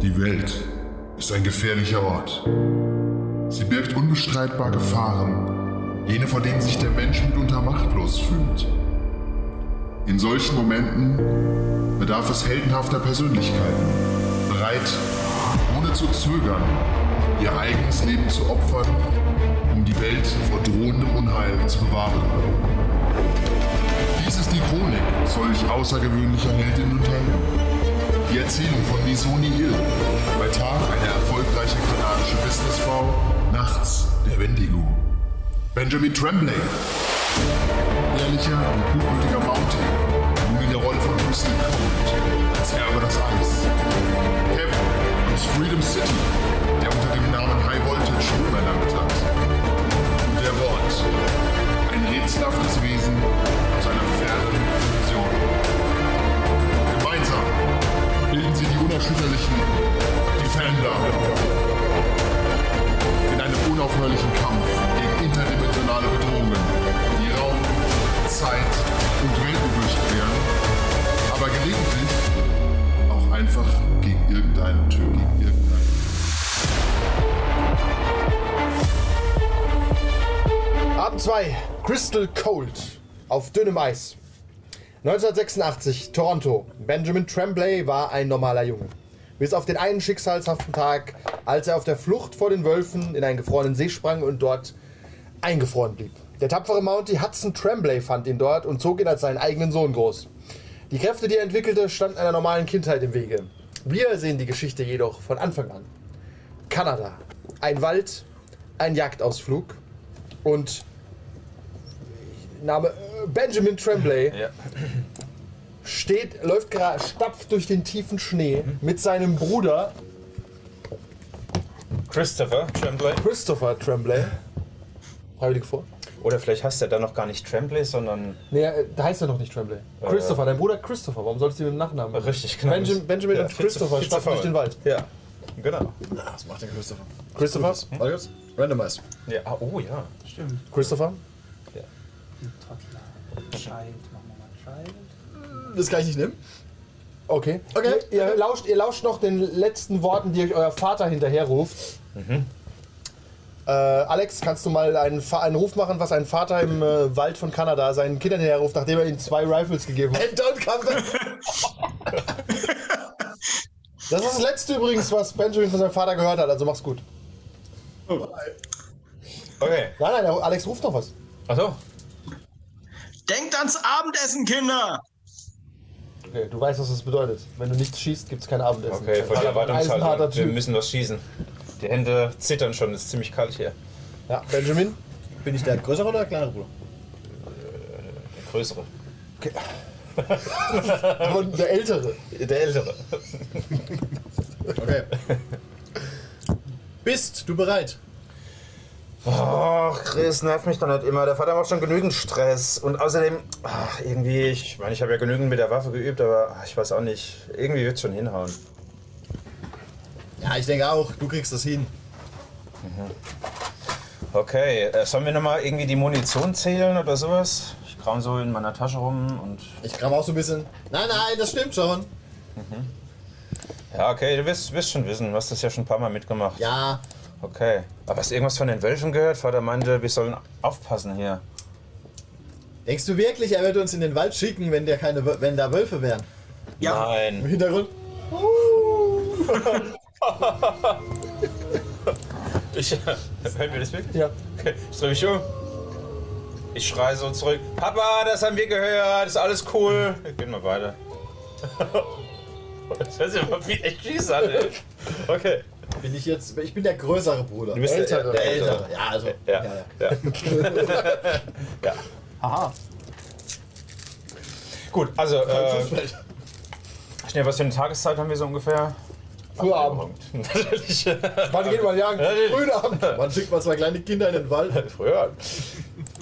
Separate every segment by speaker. Speaker 1: Die Welt ist ein gefährlicher Ort. Sie birgt unbestreitbar Gefahren, jene, vor denen sich der Mensch mitunter machtlos fühlt. In solchen Momenten bedarf es heldenhafter Persönlichkeiten, bereit, ohne zu zögern, ihr eigenes Leben zu opfern, um die Welt vor drohendem Unheil zu bewahren. Dies ist die Chronik solch außergewöhnlicher Heldinnen und Helden. Die Erzählung von Nisoni Hill, bei Tag eine erfolgreiche kanadische Businessfrau, nachts der Wendigo. Benjamin Tremblay, ehrlicher und gutmütiger Mountain, nun in der Rolle von Crystal Cold, als Herr über das Eis. Kevin aus Freedom City, der unter dem Namen High Voltage Ruhm erlangt hat. Und der Wort, ein rätselhaftes Wesen aus einer fernen Funktion. Gemeinsam bilden sie die unerschütterlichen Defender. In einem unaufhörlichen Kampf gegen interdimensionale Bedrohungen, die Raum, Zeit und Welten durchqueren, aber gelegentlich auch einfach gegen irgendeinen Tür, gegen irgendeinen.
Speaker 2: Abend 2, Crystal Cold auf dünnem Eis. 1986, Toronto. Benjamin Tremblay war ein normaler Junge. Bis auf den einen schicksalshaften Tag, als er auf der Flucht vor den Wölfen in einen gefrorenen See sprang und dort eingefroren blieb. Der tapfere Mountie Hudson Tremblay fand ihn dort und zog ihn als seinen eigenen Sohn groß. Die Kräfte, die er entwickelte, standen einer normalen Kindheit im Wege. Wir sehen die Geschichte jedoch von Anfang an. Kanada. Ein Wald, ein Jagdausflug und Name äh, Benjamin Tremblay
Speaker 3: Ja.
Speaker 2: steht, läuft gerade, stapft durch den tiefen Schnee mit seinem Bruder
Speaker 3: Christopher Tremblay.
Speaker 2: Christopher Tremblay. Freiwillig vor.
Speaker 3: Oder vielleicht heißt er dann noch gar nicht Tremblay, sondern
Speaker 2: Nee, äh, da heißt er noch nicht Tremblay. Christopher, dein Bruder Christopher. Warum solltest du ihm den Nachnamen machen?
Speaker 3: richtig genau.
Speaker 2: Benjamin, Benjamin und Christopher stapfen durch den Wald.
Speaker 3: Ja, genau.
Speaker 4: Was macht denn Christopher?
Speaker 2: Christopher?
Speaker 4: Alles? Randomize.
Speaker 3: Ja, ah, oh ja.
Speaker 5: Stimmt.
Speaker 2: Christopher?
Speaker 5: Ein Toddler. Child. Machen wir mal Child.
Speaker 4: Das kann ich nicht nehmen.
Speaker 2: Okay.
Speaker 4: Okay.
Speaker 2: Ihr, ihr, lauscht, ihr lauscht noch den letzten Worten, die euch euer Vater hinterherruft.
Speaker 4: Mhm.
Speaker 2: Äh, Alex, kannst du mal einen, Fa- einen Ruf machen, was ein Vater im äh, Wald von Kanada seinen Kindern hinterherruft, nachdem er ihnen zwei Rifles gegeben hat?
Speaker 4: And don't come back.
Speaker 2: Das ist das letzte übrigens, was Benjamin von seinem Vater gehört hat, also mach's gut.
Speaker 3: Okay.
Speaker 2: Nein, nein, der Alex ruft noch was.
Speaker 3: Achso.
Speaker 6: Denkt ans Abendessen, Kinder!
Speaker 2: Okay, du weißt, was das bedeutet. Wenn du nichts schießt, gibt's kein Abendessen.
Speaker 3: Okay, vor der
Speaker 2: Vater war ein eisenharter
Speaker 3: Erwartungshaltung. Wir
Speaker 2: Typ.
Speaker 3: müssen was schießen. Die Hände zittern schon, ist ziemlich kalt hier.
Speaker 2: Ja, Benjamin?
Speaker 4: Bin ich der größere oder der kleinere Bruder?
Speaker 3: Der größere.
Speaker 2: Und der Ältere.
Speaker 3: Der ältere.
Speaker 4: Okay. Bist du bereit?
Speaker 3: Ach, Oh, Chris, nervt mich doch nicht immer. Der Vater macht schon genügend Stress. Und außerdem, ach, irgendwie, ich meine, ich habe ja genügend mit der Waffe geübt, aber ach, ich weiß auch nicht. Irgendwie wird's schon hinhauen.
Speaker 4: Ja, ich denke auch. Du kriegst das hin.
Speaker 3: Okay, äh, sollen wir nochmal irgendwie die Munition zählen oder sowas? Ich kram so in meiner Tasche rum und.
Speaker 4: Ich kram auch so ein bisschen. Nein, nein, das stimmt schon.
Speaker 3: Ja, okay, du wirst, wirst schon wissen. Du hast das ja schon ein paar Mal mitgemacht.
Speaker 4: Ja.
Speaker 3: Okay. Aber hast du irgendwas von den Wölfen gehört? Vater meinte, wir sollen aufpassen hier.
Speaker 4: Denkst du wirklich, er würde uns in den Wald schicken, wenn, der keine, Wö- wenn da Wölfe wären?
Speaker 6: Ja,
Speaker 4: Im
Speaker 3: Nein.
Speaker 4: Hintergrund?
Speaker 3: Ich, hören wir das wirklich?
Speaker 2: Ja.
Speaker 3: Okay, ich drehe mich um. Ich schreie so zurück. Papa, das haben wir gehört, ist alles cool. Ich bin mal weiter. Das hört sich aber wie echt schieß an, ey. Okay.
Speaker 4: Bin ich jetzt. Ich bin der größere Bruder.
Speaker 3: bist der-
Speaker 4: Ältere.
Speaker 3: der
Speaker 4: Ältere.
Speaker 3: Ältere.
Speaker 4: Ja, also.
Speaker 3: Ja,
Speaker 4: ja, ja.
Speaker 3: ja. ja.
Speaker 5: Aha.
Speaker 3: Gut, also, äh, schnell, was für eine Tageszeit haben wir so ungefähr?
Speaker 2: Früher Abend.
Speaker 3: Natürlich.
Speaker 2: Wann geht man jagen? Frühen Abend.
Speaker 4: Man schickt mal zwei kleine Kinder in den Wald.
Speaker 3: Früher.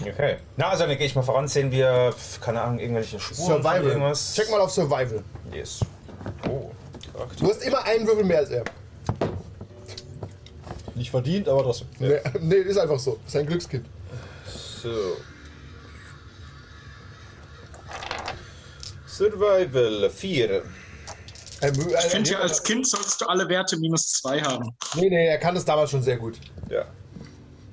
Speaker 3: Okay. Na, also dann gehe ich mal voran, sehen wir, pf, keine Ahnung, irgendwelche Spuren. von
Speaker 2: Survival.
Speaker 3: Irgendwas.
Speaker 2: Check mal auf Survival.
Speaker 3: Yes. Oh.
Speaker 2: Du hast immer einen Würfel mehr als er.
Speaker 4: Nicht verdient, aber trotzdem.
Speaker 2: Nee, nee, ist einfach so. Ist ein Glückskind.
Speaker 3: So. Survival 4.
Speaker 2: Ähm, äh,
Speaker 6: Ich finde ja, als Kind sollst du alle Werte minus zwei haben.
Speaker 2: nee, nee, er kann das damals schon sehr gut.
Speaker 3: Ja.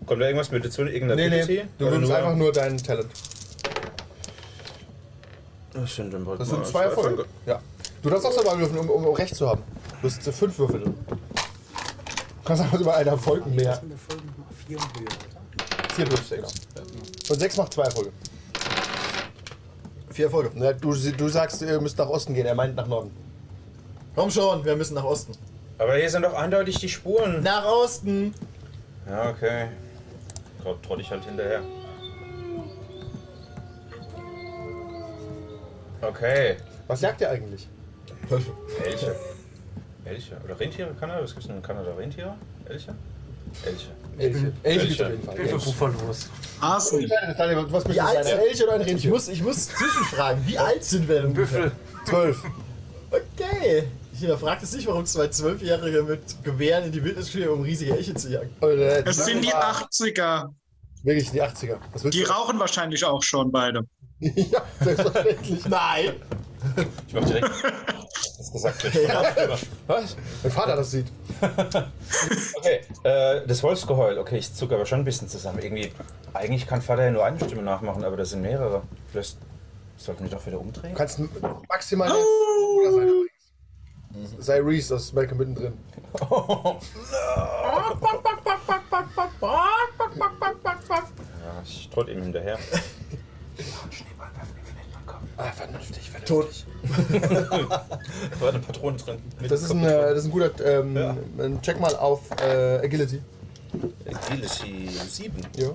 Speaker 3: Kommt da irgendwas mit dazu? Irgendeine
Speaker 2: Nee, nee,
Speaker 3: Ability?
Speaker 2: du
Speaker 3: Oder
Speaker 2: würdest einfach nur dein Talent.
Speaker 3: Das sind, im Prinzip
Speaker 2: Das sind
Speaker 3: mal
Speaker 2: zwei Erfolge. Ja. Du darfst auch selber würfeln, um, um, um recht zu haben. Du hast äh, fünf Würfel. Du kannst einfach über einen Erfolg mehr.
Speaker 5: Wir folgen mal vier und höher, oder?
Speaker 2: Vier Würfel, genau. Und sechs macht zwei Erfolge.
Speaker 4: Vier Erfolge.
Speaker 2: Na, du, du sagst, ihr müsst nach Osten gehen, er meint nach Norden.
Speaker 4: Komm schon, wir müssen nach Osten.
Speaker 3: Aber hier sind doch eindeutig die Spuren.
Speaker 4: Nach Osten!
Speaker 3: Ja, okay. Gott, troll ich halt hinterher. Okay.
Speaker 2: Was jagt ihr eigentlich?
Speaker 3: Elche. Elche. Oder Rentiere? Kanada? Was gibt's denn in Kanada? Rentiere? Elche? Elche.
Speaker 2: Elche. Elche gibt's auf jeden
Speaker 5: Ich bin
Speaker 2: Fall.
Speaker 5: uferlos.
Speaker 6: Hasen.
Speaker 2: Daniel, Was
Speaker 4: Wie
Speaker 2: möchtest du
Speaker 4: alt
Speaker 2: sein?
Speaker 4: sind
Speaker 2: Ein Elch oder ein
Speaker 4: Ich
Speaker 2: Rentier?
Speaker 4: muss, ich muss zwischenfragen, wie alt sind wir denn? ungefähr?
Speaker 5: Büffel.
Speaker 2: zwölf.
Speaker 4: Okay. Ich hinterfrage es nicht, warum zwei Zwölfjährige mit Gewehren in die Wildnis gehen, um riesige Elche zu jagen.
Speaker 2: Eure
Speaker 6: Es sind die
Speaker 2: Zwölfer-
Speaker 6: 80er.
Speaker 2: Oh, Wirklich, die 80er. Was willst
Speaker 6: Die
Speaker 2: du?
Speaker 6: rauchen wahrscheinlich auch schon beide.
Speaker 2: ja, selbstverständlich.
Speaker 4: Nein!
Speaker 3: Ich mach direkt. das gesagt wird. Was?
Speaker 2: mein Vater das sieht.
Speaker 3: Okay, äh, das Wolfsgeheul. Okay, ich zucke aber schon ein bisschen zusammen. Irgendwie, eigentlich kann Vater ja nur eine Stimme nachmachen, aber das sind mehrere. Vielleicht sollten wir doch wieder umdrehen.
Speaker 2: Du kannst maximal der Bruder sein übrigens. Sei Reese aus Malcolm mittendrin.
Speaker 3: Ja, ich troll ihm hinterher.
Speaker 2: Ah, vernünftig, vernünftig.
Speaker 4: Tot.
Speaker 3: Da war eine Patrone drin. Mit
Speaker 2: Das ist ein, äh, das ist ein guter ähm, ein Check mal auf äh, Agility.
Speaker 3: Agility 7.
Speaker 2: Ja.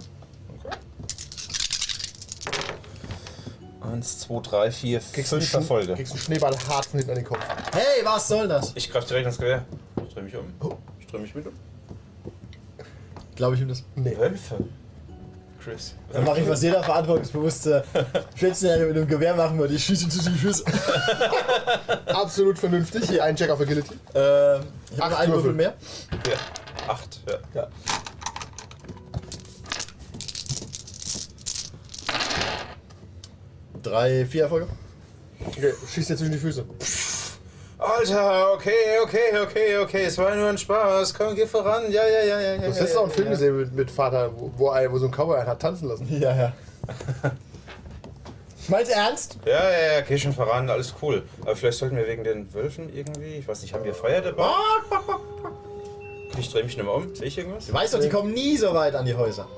Speaker 3: 1, 2, 3, 4,
Speaker 2: einen
Speaker 3: 5
Speaker 2: Schn-
Speaker 3: Erfolge.
Speaker 2: kriegst einen Schneeball hart von hinten an den Kopf.
Speaker 4: Hey, was soll das?
Speaker 3: Ich greife direkt ins Gewehr. Ich drehe mich um. Ich drehe mich mit um.
Speaker 4: Glaube ich ihm das?
Speaker 2: Nee.
Speaker 3: Wölfe. Chris.
Speaker 4: Dann mache ich, was jeder verantwortungsbewusste Spitzenjäger mit einem Gewehr machen würde. Ich schieße ihm zwischen die Füße.
Speaker 2: Absolut vernünftig. Hier ein Check auf Agility.
Speaker 4: Ähm, ich
Speaker 2: Acht
Speaker 4: habe einen
Speaker 2: Würfel.
Speaker 4: Würfel mehr.
Speaker 3: Ja. 8. Ja.
Speaker 4: Ja. Drei, vier Erfolge.
Speaker 2: Okay, schießt dir zwischen die Füße.
Speaker 3: Alter, okay, okay, okay, okay. Es war nur ein Spaß. Komm, geh voran. Ja, ja, ja, ja. ja,
Speaker 2: Du hast letztens auch einen
Speaker 4: äh,
Speaker 2: Film gesehen mit, mit Vater, wo, wo, ein- wo so ein Cowboy einen hat tanzen lassen.
Speaker 4: Ja, ja. Ich mein's ernst?
Speaker 3: Ja, ja, ja, geh schon voran, alles cool. Aber vielleicht sollten wir wegen den Wölfen irgendwie, ich weiß nicht, haben wir Feuer dabei? Ich drehe mich nochmal um. Sehe ich irgendwas?
Speaker 4: Weiß doch, die kommen nie so weit an die Häuser.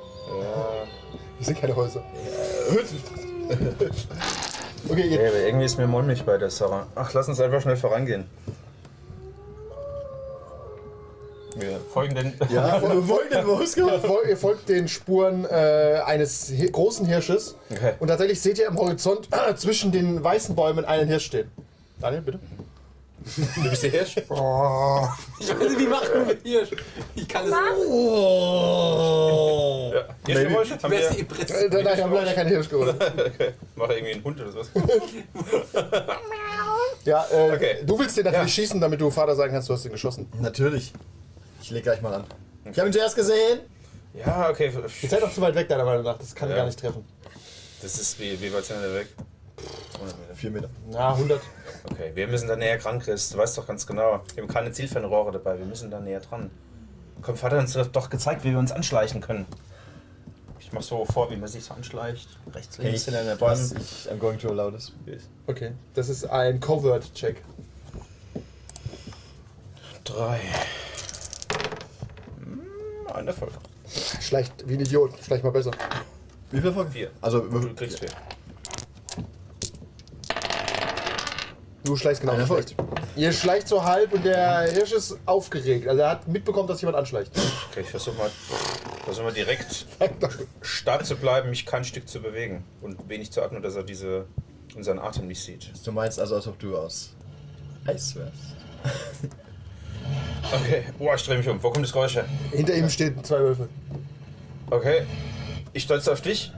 Speaker 3: Ja.
Speaker 2: Das sind keine Häuser. Okay,
Speaker 3: Nee,
Speaker 2: jetzt.
Speaker 3: aber irgendwie ist mir mulmig bei der Sarah. Ach, lass uns einfach schnell vorangehen. Wir folgen den.
Speaker 4: Ja, wir wollen den
Speaker 2: Ihr
Speaker 4: Moskau.
Speaker 2: fol- Ihr folgt den Spuren äh, eines hi- großen Hirsches.
Speaker 3: Okay.
Speaker 2: Und tatsächlich seht ihr am Horizont äh, zwischen den weißen Bäumen einen Hirsch stehen. Daniel, bitte.
Speaker 3: Du bist der Hirsch? Oh.
Speaker 7: Ich weiß nicht, wie macht man mit Hirsch? Ich kann es nicht.
Speaker 3: Ja. Hirschgeräusche? Haben
Speaker 7: Wer ist die
Speaker 3: wir.
Speaker 7: Impresse?
Speaker 2: Äh, da- da- wir haben leider keine Hirschgeräusche.
Speaker 3: Mach irgendwie einen Hund oder sowas.
Speaker 2: Ja, äh,
Speaker 3: Okay.
Speaker 2: du willst den natürlich schießen, damit du Vater sagen kannst, du hast ihn geschossen.
Speaker 4: Natürlich. Ich leg gleich mal an. Ich habe ihn zuerst gesehen.
Speaker 3: Ja, okay.
Speaker 2: Ihr seid doch zu weit weg, deiner Meinung nach. Das kann
Speaker 3: Ja.
Speaker 2: gar nicht treffen.
Speaker 3: Das ist wie, wie weit sind wir weg? 100 Meter.
Speaker 4: Vier Meter.
Speaker 2: Na, 100.
Speaker 3: Okay, wir müssen da näher dran, Chris. Du weißt doch ganz genau. Wir haben keine Zielfernrohre dabei. Wir müssen da näher dran. Komm, Vater hat uns doch gezeigt, wie wir uns anschleichen können. Ich mach so vor, wie man sich so anschleicht. Rechts, links, hinter der
Speaker 4: was
Speaker 3: Bahn.
Speaker 4: ich am going to allow this.
Speaker 2: Okay. Das ist ein Covert-Check.
Speaker 3: Drei. Hm, Ein Erfolg.
Speaker 2: Schleicht wie ein Idiot. Schleicht mal besser.
Speaker 4: Wie viel Erfolge?
Speaker 3: Vier.
Speaker 4: Also,
Speaker 3: Du
Speaker 4: Würfel.
Speaker 3: kriegst vier.
Speaker 2: Du schleichst genau.
Speaker 4: Ein
Speaker 2: nicht
Speaker 4: Erfolg.
Speaker 2: schlecht. Ihr schleicht so halb und der Hirsch ist aufgeregt. Also er hat mitbekommen, dass jemand anschleicht.
Speaker 3: Okay, ich versuche mal, versuch mal direkt
Speaker 2: Wie
Speaker 3: stark zu bleiben, mich kein Stück zu bewegen und wenig zu atmen, dass er diese, unseren Atem nicht sieht.
Speaker 4: Du meinst also, als ob du aus Eis wärst.
Speaker 3: Okay, boah, ich drehe mich um. Wo kommt das Geräusch her?
Speaker 2: Hinter ihm stehen zwei Wölfe.
Speaker 3: Okay, ich stolz auf dich.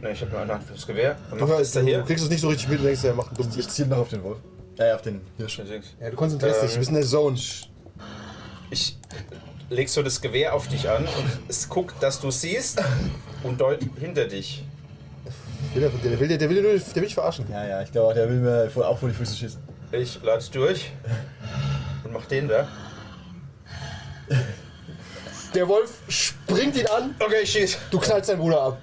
Speaker 3: Ne, ich hab nur eine Hand fürs Gewehr. Dann
Speaker 2: Du,
Speaker 3: macht das
Speaker 2: hörst, du
Speaker 3: daher.
Speaker 2: kriegst es nicht so richtig mit und denkst, er macht einen dummen
Speaker 4: Ich
Speaker 2: Witz.
Speaker 4: ziele noch auf den Wolf. Äh, auf den Hirsch.
Speaker 2: Ja, du konzentrierst
Speaker 3: Ähm.
Speaker 2: dich. Du bist in der Zone.
Speaker 3: Ich leg so das Gewehr auf dich an und es guckt, dass du siehst und deut hinter dich.
Speaker 2: Will der, der, will, der, der, will, der, will, der will dich verarschen.
Speaker 4: Ja, ja, ich glaube, der will mir vor- auch vor die Füße schießen.
Speaker 3: Ich lade durch und mach den da.
Speaker 2: Der Wolf springt ihn an,
Speaker 3: Okay, ich schieß.
Speaker 2: du knallst deinen Bruder ab.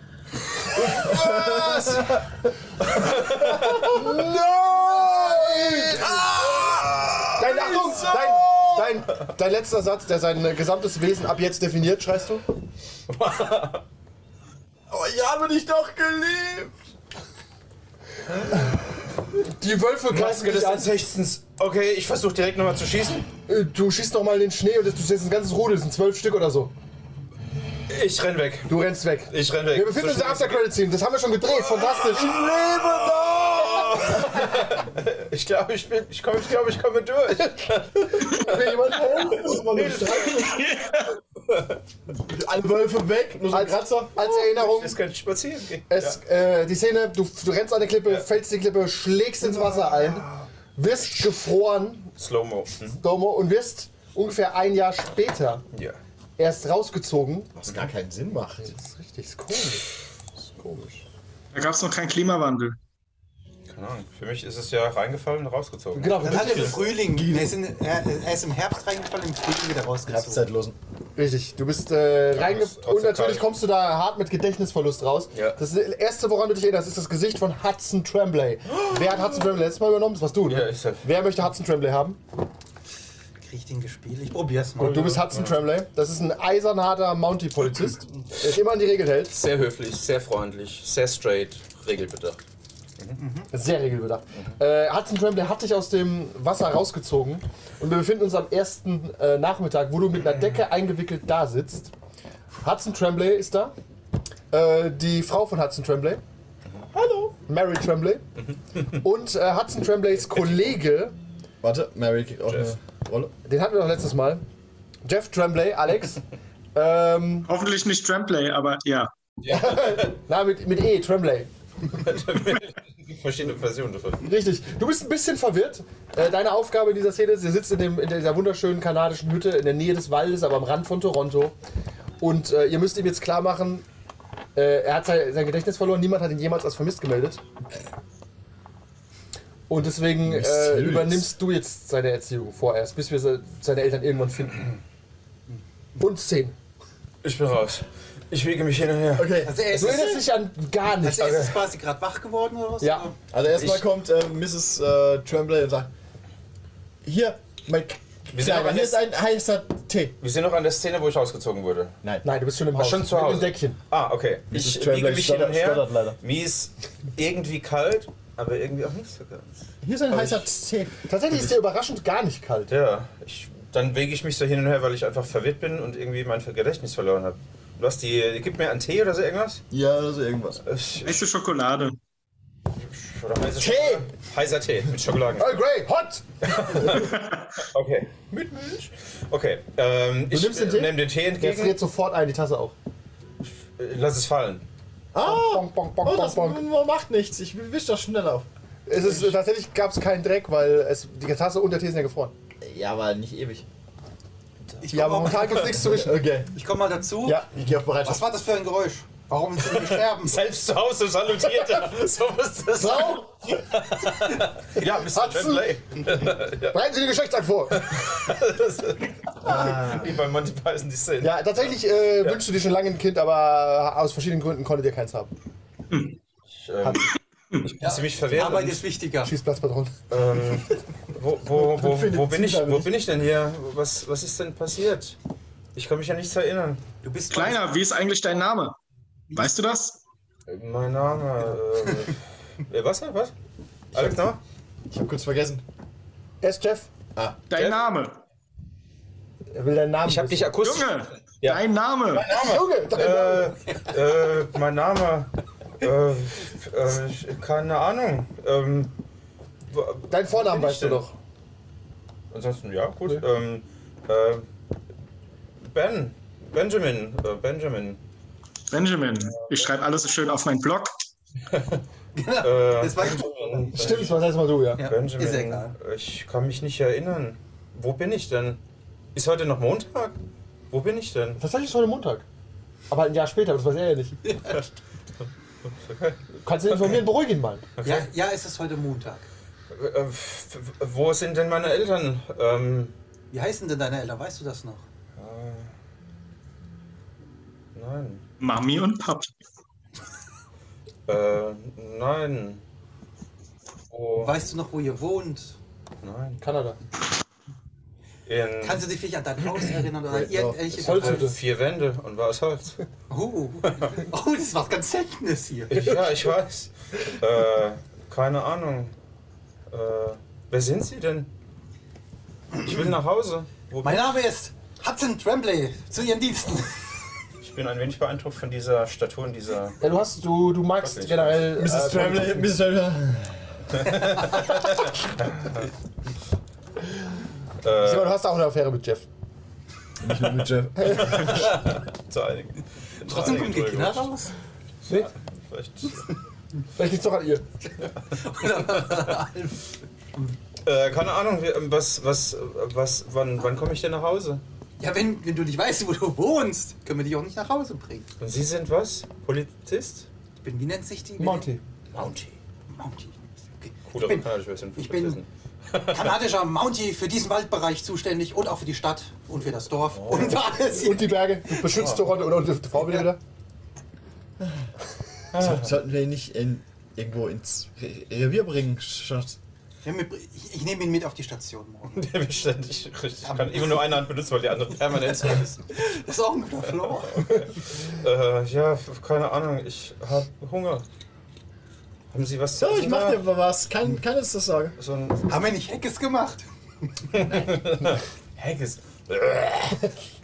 Speaker 2: Was? Nein! Dein, Achtung! Dein, dein, dein letzter Satz, der sein äh, gesamtes Wesen ab jetzt definiert, schreist du?
Speaker 4: Oh, ich habe dich doch geliebt!
Speaker 2: Die Wölfe greifen
Speaker 3: Maske
Speaker 2: dich
Speaker 3: des
Speaker 2: an.
Speaker 3: Anfechtens. Okay, ich versuche direkt nochmal zu schießen.
Speaker 2: Äh, Du schießt nochmal in den Schnee und du siehst ein ganzes Rudel, es sind zwölf Stück oder so.
Speaker 3: Ich renn weg.
Speaker 2: Du rennst weg.
Speaker 3: Ich renn weg.
Speaker 2: Wir befinden
Speaker 3: So
Speaker 2: uns in der
Speaker 3: schnell-
Speaker 2: After-Credit-Scene, das haben wir schon gedreht, fantastisch.
Speaker 3: Ich glaube, ich bin. Ich komme, ich glaube, ich komme durch.
Speaker 2: Will jemand helfen?
Speaker 4: Alle Wölfe weg, nur so ein
Speaker 2: Als,
Speaker 4: Kratzer.
Speaker 2: als Erinnerung,
Speaker 3: Jetzt kann ich spazieren gehen.
Speaker 2: es, äh, die Szene, du, du rennst an der Klippe, fällst die Klippe, schlägst ins Wasser ein, wirst gefroren,
Speaker 3: Slow-Mo. Hm?
Speaker 2: Domo, und wirst ungefähr ein Jahr später
Speaker 3: Ja.
Speaker 2: erst rausgezogen.
Speaker 4: Was gar keinen Sinn macht.
Speaker 2: Das ist richtig ist komisch.
Speaker 4: Komisch.
Speaker 6: Da gab es noch keinen Klimawandel.
Speaker 3: Keine Ahnung. Für mich ist es ja reingefallen und rausgezogen.
Speaker 2: Genau,
Speaker 7: Dann hat er im Frühling.
Speaker 8: Genau.
Speaker 7: Er ist, in, er, er ist im Herbst reingefallen, im Frühling wieder rausgezogen.
Speaker 4: Zeitlosen.
Speaker 2: richtig. Du bist äh, reinge...
Speaker 3: ist trotzdem
Speaker 2: Und natürlich
Speaker 3: kalt.
Speaker 2: kommst du da hart mit Gedächtnisverlust raus.
Speaker 3: Ja.
Speaker 2: Das erste, woran du dich erinnerst, ist das Gesicht von Hudson Tremblay. Wer hat Hudson Tremblay letztes Mal übernommen? Das warst du, ne?
Speaker 3: Ja, ich sag-
Speaker 2: Wer möchte Hudson Tremblay haben?
Speaker 7: Krieg ich den gespielt? Ich probier's mal.
Speaker 2: Gut, du bist Hudson Tremblay. Das ist ein eisernharter Mountie-Polizist, der sich immer an die Regel hält.
Speaker 8: Sehr höflich, sehr freundlich, sehr straight, regelbedacht.
Speaker 2: Sehr regelbedacht. Äh, Hudson Tremblay hat dich aus dem Wasser rausgezogen und wir befinden uns am ersten äh, Nachmittag, wo du mit einer Decke eingewickelt da sitzt. Hudson Tremblay ist da. Äh, die Frau von Hudson Tremblay. Hallo. Mary Tremblay. Und äh, Hudson Tremblays Kollege,
Speaker 4: Warte, Mary kriegt auch eine Rolle.
Speaker 2: den hatten wir doch letztes Mal. Jeff Tremblay, Alex. ähm,
Speaker 6: Hoffentlich nicht Tramplay, aber ja.
Speaker 2: na, mit, mit E, Tremblay.
Speaker 3: Verschiedene Versionen davon.
Speaker 2: Richtig. Du bist ein bisschen verwirrt. Äh, Deine Aufgabe in dieser Szene ist, ihr sitzt in, dem, in dieser wunderschönen kanadischen Hütte in der Nähe des Waldes, aber am Rand von Toronto. Und äh, ihr müsst ihm jetzt klar machen, äh, er hat sein, sein Gedächtnis verloren, niemand hat ihn jemals als vermisst gemeldet. Und deswegen äh,
Speaker 4: Mysteriös.
Speaker 2: übernimmst du jetzt seine Erziehung vorerst, bis wir se seine Eltern irgendwann finden. Und 10.
Speaker 3: Ich bin raus. Ich wiege mich hin und her.
Speaker 4: Okay,
Speaker 7: Also er ist,
Speaker 2: Du erinnerst dich an gar nichts.
Speaker 7: also er ist quasi gerade wach geworden oder was?
Speaker 2: Ja.
Speaker 4: also erstmal
Speaker 3: Ich-
Speaker 4: kommt äh, Mrs. Äh, Tremblay und sagt: Hier, mein
Speaker 3: Wir sind aber
Speaker 4: Kleiner, hier ist ein heißer Tee.
Speaker 3: Wir sind noch an der Szene, wo ich rausgezogen wurde.
Speaker 2: Nein, du bist schon im Haus.
Speaker 3: schon zu
Speaker 2: mit
Speaker 3: Hause.
Speaker 2: dem Deckchen.
Speaker 3: Ah, okay.
Speaker 4: Mrs.
Speaker 3: Ich
Speaker 4: Tremblay
Speaker 3: wiege mich hin und
Speaker 4: stottert- stottert
Speaker 3: her.
Speaker 4: leider.
Speaker 3: Mir ist irgendwie kalt, aber irgendwie auch nicht so ganz.
Speaker 4: Hier ist ein heißer Tee.
Speaker 2: Tatsächlich ist dir überraschend gar nicht kalt.
Speaker 3: Ja, ich, dann wege ich mich so hin und her, weil ich einfach verwirrt bin und irgendwie mein Gedächtnis verloren habe. Und Was, die, gibt mir einen Tee oder so irgendwas?
Speaker 4: Ja, also irgendwas.
Speaker 3: Ich,
Speaker 6: Heiße Schokolade.
Speaker 3: oder heiße
Speaker 2: Tee!
Speaker 3: Schokolade? Heißer Tee mit Schokoladen.
Speaker 2: Earl Grey, hot!
Speaker 3: Okay. Mit Milch? Okay. Ähm, ich
Speaker 2: nimmst den
Speaker 3: äh,
Speaker 2: Tee?
Speaker 3: nehm den Tee
Speaker 2: Der
Speaker 3: entgegen.
Speaker 2: friert sofort ein, die Tasse auch.
Speaker 3: Äh, Lass es fallen.
Speaker 4: Ah!
Speaker 2: Bonk, bonk, bonk,
Speaker 4: Oh,
Speaker 2: bonk,
Speaker 4: das
Speaker 2: bonk.
Speaker 4: macht nichts. Ich wisch das schnell auf.
Speaker 2: Es ist, tatsächlich gab es keinen Dreck, weil es, die Tasse und der Tee sind ja gefroren.
Speaker 4: Ja, aber nicht ewig.
Speaker 7: Ich
Speaker 2: Ja,
Speaker 7: komme
Speaker 2: aber momentan gibt es nichts zu wischen.
Speaker 4: Okay.
Speaker 7: Ich komm mal dazu.
Speaker 4: Ja, ich gehe auf
Speaker 7: Was
Speaker 4: Bereitschaft.
Speaker 7: war das für ein Geräusch? Warum sind die gestorben?
Speaker 3: Selbst zu Hause salutiert er. So muss das sein.
Speaker 2: Frau,
Speaker 3: Ja, Mr.
Speaker 2: Hudson.
Speaker 3: Tremblay.
Speaker 2: bereiten Sie den Geschlechtsakt vor!
Speaker 3: Wie bei Monty Python die Szene.
Speaker 2: Ja, tatsächlich äh, wünschst du dir schon lange ein Kind, aber aus verschiedenen Gründen konntet ihr keins haben.
Speaker 3: Ich, ähm, ich bin ziemlich verwirrt.
Speaker 7: Arbeit
Speaker 3: und,
Speaker 7: ist wichtiger.
Speaker 2: Schieß Platzpatron.
Speaker 3: ähm, wo, wo, wo, wo,
Speaker 4: findet
Speaker 3: bin
Speaker 4: sie
Speaker 3: ich,
Speaker 4: da
Speaker 3: wo
Speaker 4: nicht.
Speaker 3: bin ich denn hier? Was, was ist denn passiert? Ich kann mich an nichts erinnern.
Speaker 7: Du bist
Speaker 6: Kleiner, wie ist eigentlich dein Name? Weißt du das?
Speaker 3: Mein Name. Äh, äh, was? Was? Alex, nochmal?
Speaker 4: Ich habe kurz vergessen.
Speaker 2: Er ist Jeff.
Speaker 6: Dein
Speaker 3: Jeff?
Speaker 6: Name.
Speaker 2: Er will deinen Namen.
Speaker 3: Ich hab dich
Speaker 2: wissen.
Speaker 3: akustisch.
Speaker 6: Junge,
Speaker 3: Ja.
Speaker 6: dein Name.
Speaker 2: Junge, dein Name.
Speaker 3: Äh, äh, mein Name. Äh, äh, ich- keine Ahnung. Ähm, wa-
Speaker 2: Dein Vornamen
Speaker 3: bin ich
Speaker 2: weißt du
Speaker 3: denn?
Speaker 2: doch.
Speaker 3: ansonsten, ja, gut. Ähm, äh, ben. Benjamin. Äh, Benjamin.
Speaker 6: Benjamin. Ich schreibe alles so schön auf meinen Blog.
Speaker 3: Äh,
Speaker 7: Das war
Speaker 2: Stimmt, das war das letzte Mal du, ja.
Speaker 7: ja,
Speaker 3: Benjamin.
Speaker 7: Ist egal.
Speaker 3: Ich kann mich nicht erinnern. Wo bin ich denn? Ist heute noch Montag? Wo bin ich denn?
Speaker 2: Tatsächlich ist heute Montag. Aber ein Jahr später, aber das weiß er ja nicht. Kannst du ihn informieren, beruhig ihn mal.
Speaker 7: Ja, ja, es ist heute Montag.
Speaker 3: Äh, f- f- wo sind denn meine Eltern? Ähm,
Speaker 7: Wie heißen denn deine Eltern? Weißt du das noch?
Speaker 3: nein.
Speaker 6: Mami und Papi.
Speaker 3: Äh, nein. Wo?
Speaker 7: Weißt du noch, wo ihr wohnt?
Speaker 3: Nein.
Speaker 2: Kanada.
Speaker 3: In
Speaker 7: Kannst du dich vielleicht an dein Haus erinnern oder an irgendwelche
Speaker 2: Holz-
Speaker 3: äh, vier Wände und war aus Holz.
Speaker 7: Oh. oh, das war ganz Seltenes hier.
Speaker 3: Ich, ja, ich weiß. Äh, keine Ahnung. Äh, wer sind Sie denn? Ich will nach Hause. Wo
Speaker 7: Mein Name ist Hudson Tremblay, zu Ihren Diensten.
Speaker 3: ich bin ein wenig beeindruckt von dieser Statur und dieser.
Speaker 2: Ja, du hast, du, du magst
Speaker 3: Weiß nicht.
Speaker 2: generell.
Speaker 4: Mrs.
Speaker 2: äh,
Speaker 4: Tremblay, Mrs. Tremblay.
Speaker 2: Simon, du
Speaker 3: Äh,
Speaker 2: hast auch eine Affäre mit Jeff.
Speaker 4: Nicht nur mit Jeff.
Speaker 3: zu einigen.
Speaker 7: Trotzdem kommen die Kinder raus.
Speaker 2: Nee?
Speaker 3: Vielleicht.
Speaker 2: Vielleicht liegt's doch an ihr.
Speaker 3: Äh, keine Ahnung, wie- ähm, was, was, äh, was, wann, wann komme ich denn nach Hause?
Speaker 7: Ja, wenn, wenn du nicht weißt, wo du wohnst, können wir dich auch nicht nach Hause bringen.
Speaker 3: Und Sie sind was? Polizist?
Speaker 7: Ich bin, wie nennt sich die?
Speaker 2: Monty.
Speaker 3: Mounty.
Speaker 7: Mounty. Okay.
Speaker 3: Cooler
Speaker 7: ich bin
Speaker 3: kanadischer Version von
Speaker 7: ich bin-
Speaker 3: Polizisten.
Speaker 7: kanadischer Mounty für diesen Waldbereich zuständig und auch für die Stadt und für das Dorf und für alles.
Speaker 2: Und die Berge. Du beschützt Toronto oder die Frau wieder.
Speaker 4: So, sollten wir ihn nicht in, irgendwo ins Re Revier bringen? Schatz?
Speaker 7: Ich, ich nehme ihn mit auf die Station morgen.
Speaker 3: Der beständig richtig. Ich kann immer nur eine Hand benutzen, weil die andere permanent so ist.
Speaker 7: Das ist auch ein guter Floor.
Speaker 3: Äh, ja, f- keine Ahnung, ich habe Hunger. Haben Sie was zu
Speaker 4: So, ich
Speaker 3: essen
Speaker 4: mach
Speaker 3: da?
Speaker 4: dir mal was. Kein, keine ist das Sorge.
Speaker 3: So ein
Speaker 7: Haben wir nicht Hackes gemacht?
Speaker 3: Haggis.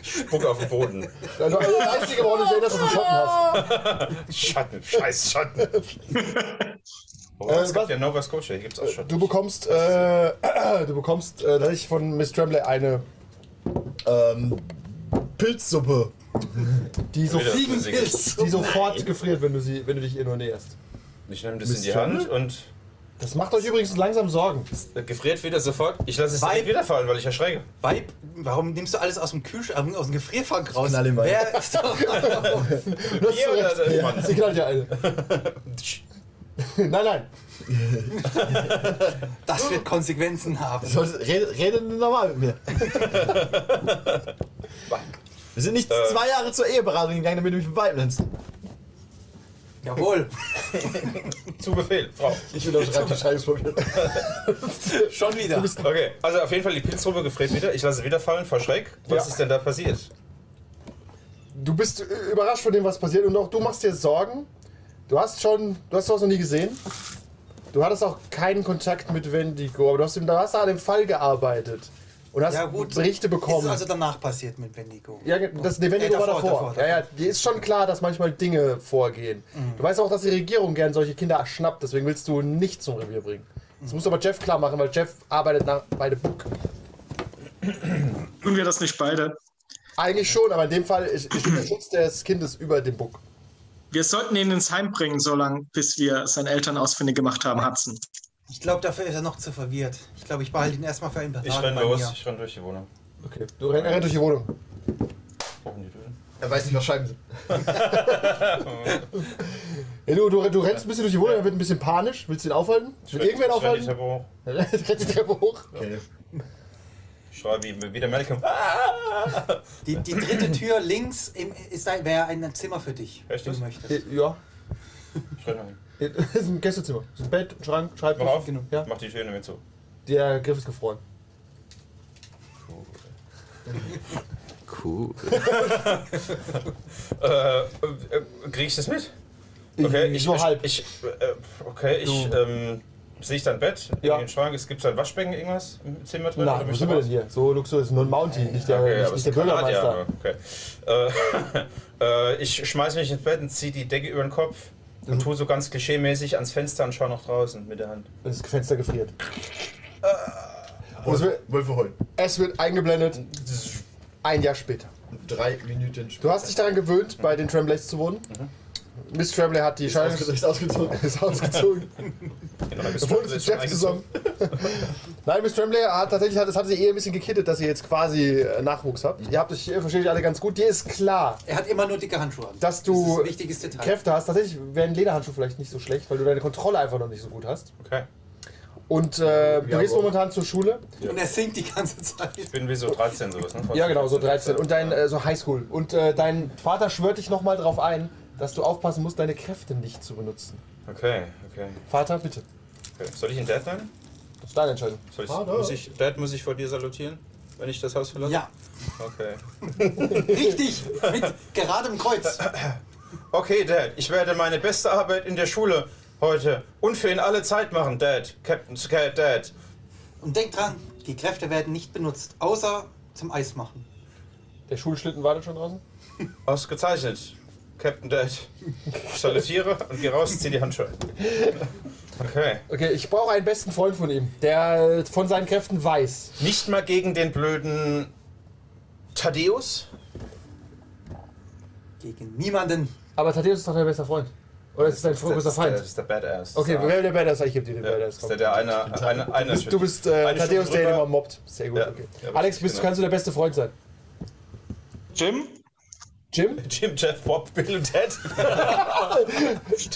Speaker 3: Spuck auf den Boden.
Speaker 2: Das war also das Einzige, woran du dich erinnerst, dass du Schotten hast.
Speaker 3: Schatten, scheiß Schatten. Oh,
Speaker 2: Äh,
Speaker 3: es gibt
Speaker 2: was-
Speaker 3: ja Nova Scotia, hier gibt's auch Schatten.
Speaker 2: Du bekommst, äh, du bekommst äh, tatsächlich von Miss Tremblay eine,
Speaker 4: Ähm, Pilzsuppe.
Speaker 2: die, so,
Speaker 3: Wieder
Speaker 2: die
Speaker 3: flüssiges.
Speaker 2: sofort gefriert, wenn du, sie, wenn du dich ihr nur näherst.
Speaker 3: Ich nehme das in die
Speaker 4: Mr.
Speaker 3: Hand und
Speaker 2: Das macht euch übrigens langsam Sorgen.
Speaker 3: äh, gefriert wieder sofort. Ich lasse es
Speaker 7: Weil-
Speaker 3: direkt wieder fallen, weil ich erschrecke.
Speaker 7: Weib, warum nimmst du alles aus dem Kühlschrank, aus dem Gefrierfach raus?
Speaker 4: knall ihn mal.
Speaker 7: Wer ist doch
Speaker 2: Du hast
Speaker 3: Ihr oder
Speaker 2: recht.
Speaker 3: der
Speaker 2: Ja.
Speaker 3: Mann?
Speaker 2: Sie knallt ja eine. nein, nein.
Speaker 7: Das wird Konsequenzen haben.
Speaker 4: Sollte, rede, rede normal mit mir. Wir sind
Speaker 2: Äh.
Speaker 4: nicht zwei Jahre zur Eheberatung gegangen, damit du mich Weib nennst.
Speaker 7: Jawohl.
Speaker 3: Zu Befehl, Frau.
Speaker 2: Ich unterschreibe die Scheidungspapier.
Speaker 7: Schon wieder.
Speaker 3: Okay, also auf jeden Fall die Pilzruppe gefriert wieder. Ich lasse wieder fallen, verschreck. Was
Speaker 2: Ja.
Speaker 3: ist denn da passiert?
Speaker 2: Du bist äh, überrascht von dem, was passiert und auch du machst dir Sorgen. Du hast schon, du hast sowas noch nie gesehen. Du hattest auch keinen Kontakt mit Wendigo, aber du hast, im, du hast an dem Fall gearbeitet und hast
Speaker 7: Ja, gut.
Speaker 2: Berichte bekommen.
Speaker 7: Ist also danach passiert mit Wendigo.
Speaker 2: Ja, das nee, Wendigo
Speaker 7: Äh,
Speaker 2: war davor. Ja, ja, dir ist schon klar, dass manchmal Dinge vorgehen. Du weißt auch, dass die Regierung gern solche Kinder schnappt, deswegen willst du nicht zum Revier bringen. Das musst du aber Jeff klar machen, weil Jeff arbeitet nach, bei The Book.
Speaker 6: Tun wir das nicht beide?
Speaker 2: Eigentlich schon, aber in dem Fall ist, ist der Schutz des Kindes über dem Book.
Speaker 6: Wir sollten ihn ins Heim bringen, solange bis wir seine Eltern ausfindig gemacht haben, Hudson.
Speaker 7: Ich glaube, dafür ist er noch zu verwirrt. Ich glaube, ich behalte ihn erstmal für einen Berater
Speaker 3: Ich renn
Speaker 7: bei
Speaker 3: los,
Speaker 7: mir.
Speaker 3: ich renn durch die Wohnung.
Speaker 2: Okay. Du renn, er rennt durch die Wohnung.
Speaker 3: Brauchen die Döden?
Speaker 4: Er weiß nicht, was Scheiben sind.
Speaker 2: Ja, du, du, du rennst ein bisschen durch die Wohnung, er wird ein bisschen panisch. Willst du ihn aufhalten? Will
Speaker 3: renn-
Speaker 2: irgendwer ihn
Speaker 3: ich renn
Speaker 2: aufhalten?
Speaker 3: die Treppe hoch.
Speaker 2: Rennt die Treppe hoch.
Speaker 4: Okay.
Speaker 3: Ich schreie wie, wie der Malcolm. Ah,
Speaker 7: Die, die dritte Tür links im, ist ein, wäre ein Zimmer für dich,
Speaker 3: Echt
Speaker 7: wenn du
Speaker 3: das?
Speaker 7: möchtest.
Speaker 2: Ja.
Speaker 3: ich renn dahin.
Speaker 2: Das ist ein Gästezimmer. Das ist ein Bett, ein Schrank, Schreibtisch. Genau.
Speaker 3: Mach auf,
Speaker 2: Ja.
Speaker 3: mach die Tür damit zu.
Speaker 2: Der Griff ist gefroren.
Speaker 8: Cool.
Speaker 3: Äh, äh, krieg ich das mit? Okay, ich,
Speaker 2: Nur
Speaker 3: ich,
Speaker 2: halb.
Speaker 3: Ich, äh, okay, ich, ähm, sehe ich dein Bett,
Speaker 2: Ja.
Speaker 3: ja. den Schrank, es gibt ein Waschbecken, irgendwas im Zimmer drin?
Speaker 2: Nein, wo sind wir denn hier? So Luxus ist nur ein Mounty, nicht der,
Speaker 3: Okay,
Speaker 2: nicht,
Speaker 3: aber
Speaker 2: nicht
Speaker 3: es
Speaker 2: der
Speaker 3: ist Kanadier,
Speaker 2: Bürgermeister.
Speaker 3: aber Okay. Äh, äh, ich schmeiß mich ins Bett und zieh die Decke über den Kopf
Speaker 2: Mhm.
Speaker 3: und tu so ganz klischeemäßig ans Fenster und schau nach draußen mit der Hand.
Speaker 2: Das Fenster gefriert.
Speaker 3: Äh,
Speaker 2: Und es,
Speaker 4: Wolf,
Speaker 2: wird,
Speaker 4: Wölfe heulen.
Speaker 2: es wird eingeblendet. Ein Jahr später.
Speaker 4: Drei Minuten später.
Speaker 2: Du hast dich daran gewöhnt, bei den Tremblays zu wohnen.
Speaker 3: Mhm.
Speaker 2: Miss Tremblay hat die Scheidung.
Speaker 4: ausgezogen. Ist ausgezogen.
Speaker 2: Ist ausgezogen. Wurde mit Jeff zusammen. Nein, Miss Tremblay hat tatsächlich, hat, das hat sie eher ein bisschen gekittet, dass ihr jetzt quasi äh, Nachwuchs habt. Ihr habt euch, ihr versteht euch alle ganz gut. Dir ist klar,
Speaker 7: Er hat immer nur dicke Handschuhe an.
Speaker 2: dass
Speaker 7: das ist
Speaker 2: du
Speaker 7: ein wichtiges Detail.
Speaker 2: Kräfte hast. Tatsächlich wären Lederhandschuhe vielleicht nicht so schlecht, weil du deine Kontrolle einfach noch nicht so gut hast.
Speaker 3: Okay.
Speaker 2: Und äh, du gehst
Speaker 4: Jawohl.
Speaker 2: momentan zur Schule.
Speaker 7: Und er singt die ganze Zeit.
Speaker 3: Ich bin wie so 13 sowas, ne?
Speaker 2: Ja, genau, so 13. Und dein, äh, so Highschool. Und äh, dein Vater schwört dich nochmal drauf ein, dass du aufpassen musst, deine Kräfte nicht zu benutzen.
Speaker 3: Okay, okay,
Speaker 2: Vater, bitte.
Speaker 3: okay. Soll ich in Dad sein?
Speaker 2: Das ist deine Entscheidung.
Speaker 3: Soll ich,
Speaker 4: Ah, da.
Speaker 8: Muss ich, Dad, muss ich vor dir salutieren, wenn ich das Haus verlasse?
Speaker 7: Ja,
Speaker 3: Okay.
Speaker 7: richtig. Mit geradem Kreuz.
Speaker 3: Okay, Dad, ich werde meine beste Arbeit in der Schule heute und für ihn alle Zeit machen, Dad. Captain Scared Dad.
Speaker 7: Und denk dran, die Kräfte werden nicht benutzt, außer zum Eis machen.
Speaker 2: Der Schulschlitten wartet schon draußen.
Speaker 3: Ausgezeichnet, Captain Dad. Ich salutiere und geh raus, zieh die Handschuhe. Okay.
Speaker 2: Okay, ich brauche einen besten Freund von ihm, der äh, von seinen Kräften weiß.
Speaker 3: Nicht mal gegen den blöden Thaddeus?
Speaker 7: Gegen niemanden.
Speaker 2: Aber Thaddeus ist doch dein bester Freund. Oder ist es dein größter
Speaker 3: Das ist der-
Speaker 2: Feind?
Speaker 3: Das ist der Badass.
Speaker 2: Okay,
Speaker 3: So.
Speaker 2: wer der Badass? Ich gebe dir den
Speaker 3: Ja,
Speaker 2: Badass.
Speaker 3: ist
Speaker 2: komm.
Speaker 3: der, der eine, eine, eine
Speaker 2: Bist- Du bist äh,
Speaker 3: eine
Speaker 2: Thaddeus,
Speaker 3: Stufe
Speaker 2: der den
Speaker 3: drüber.
Speaker 2: immer mobbt. Sehr gut,
Speaker 3: Ja,
Speaker 2: okay.
Speaker 3: ja,
Speaker 2: Alex, bist,
Speaker 3: genau.
Speaker 2: kannst du der beste Freund sein?
Speaker 6: Jim?
Speaker 2: Jim?
Speaker 3: Jim, Jeff, Bob, Bill und Ted.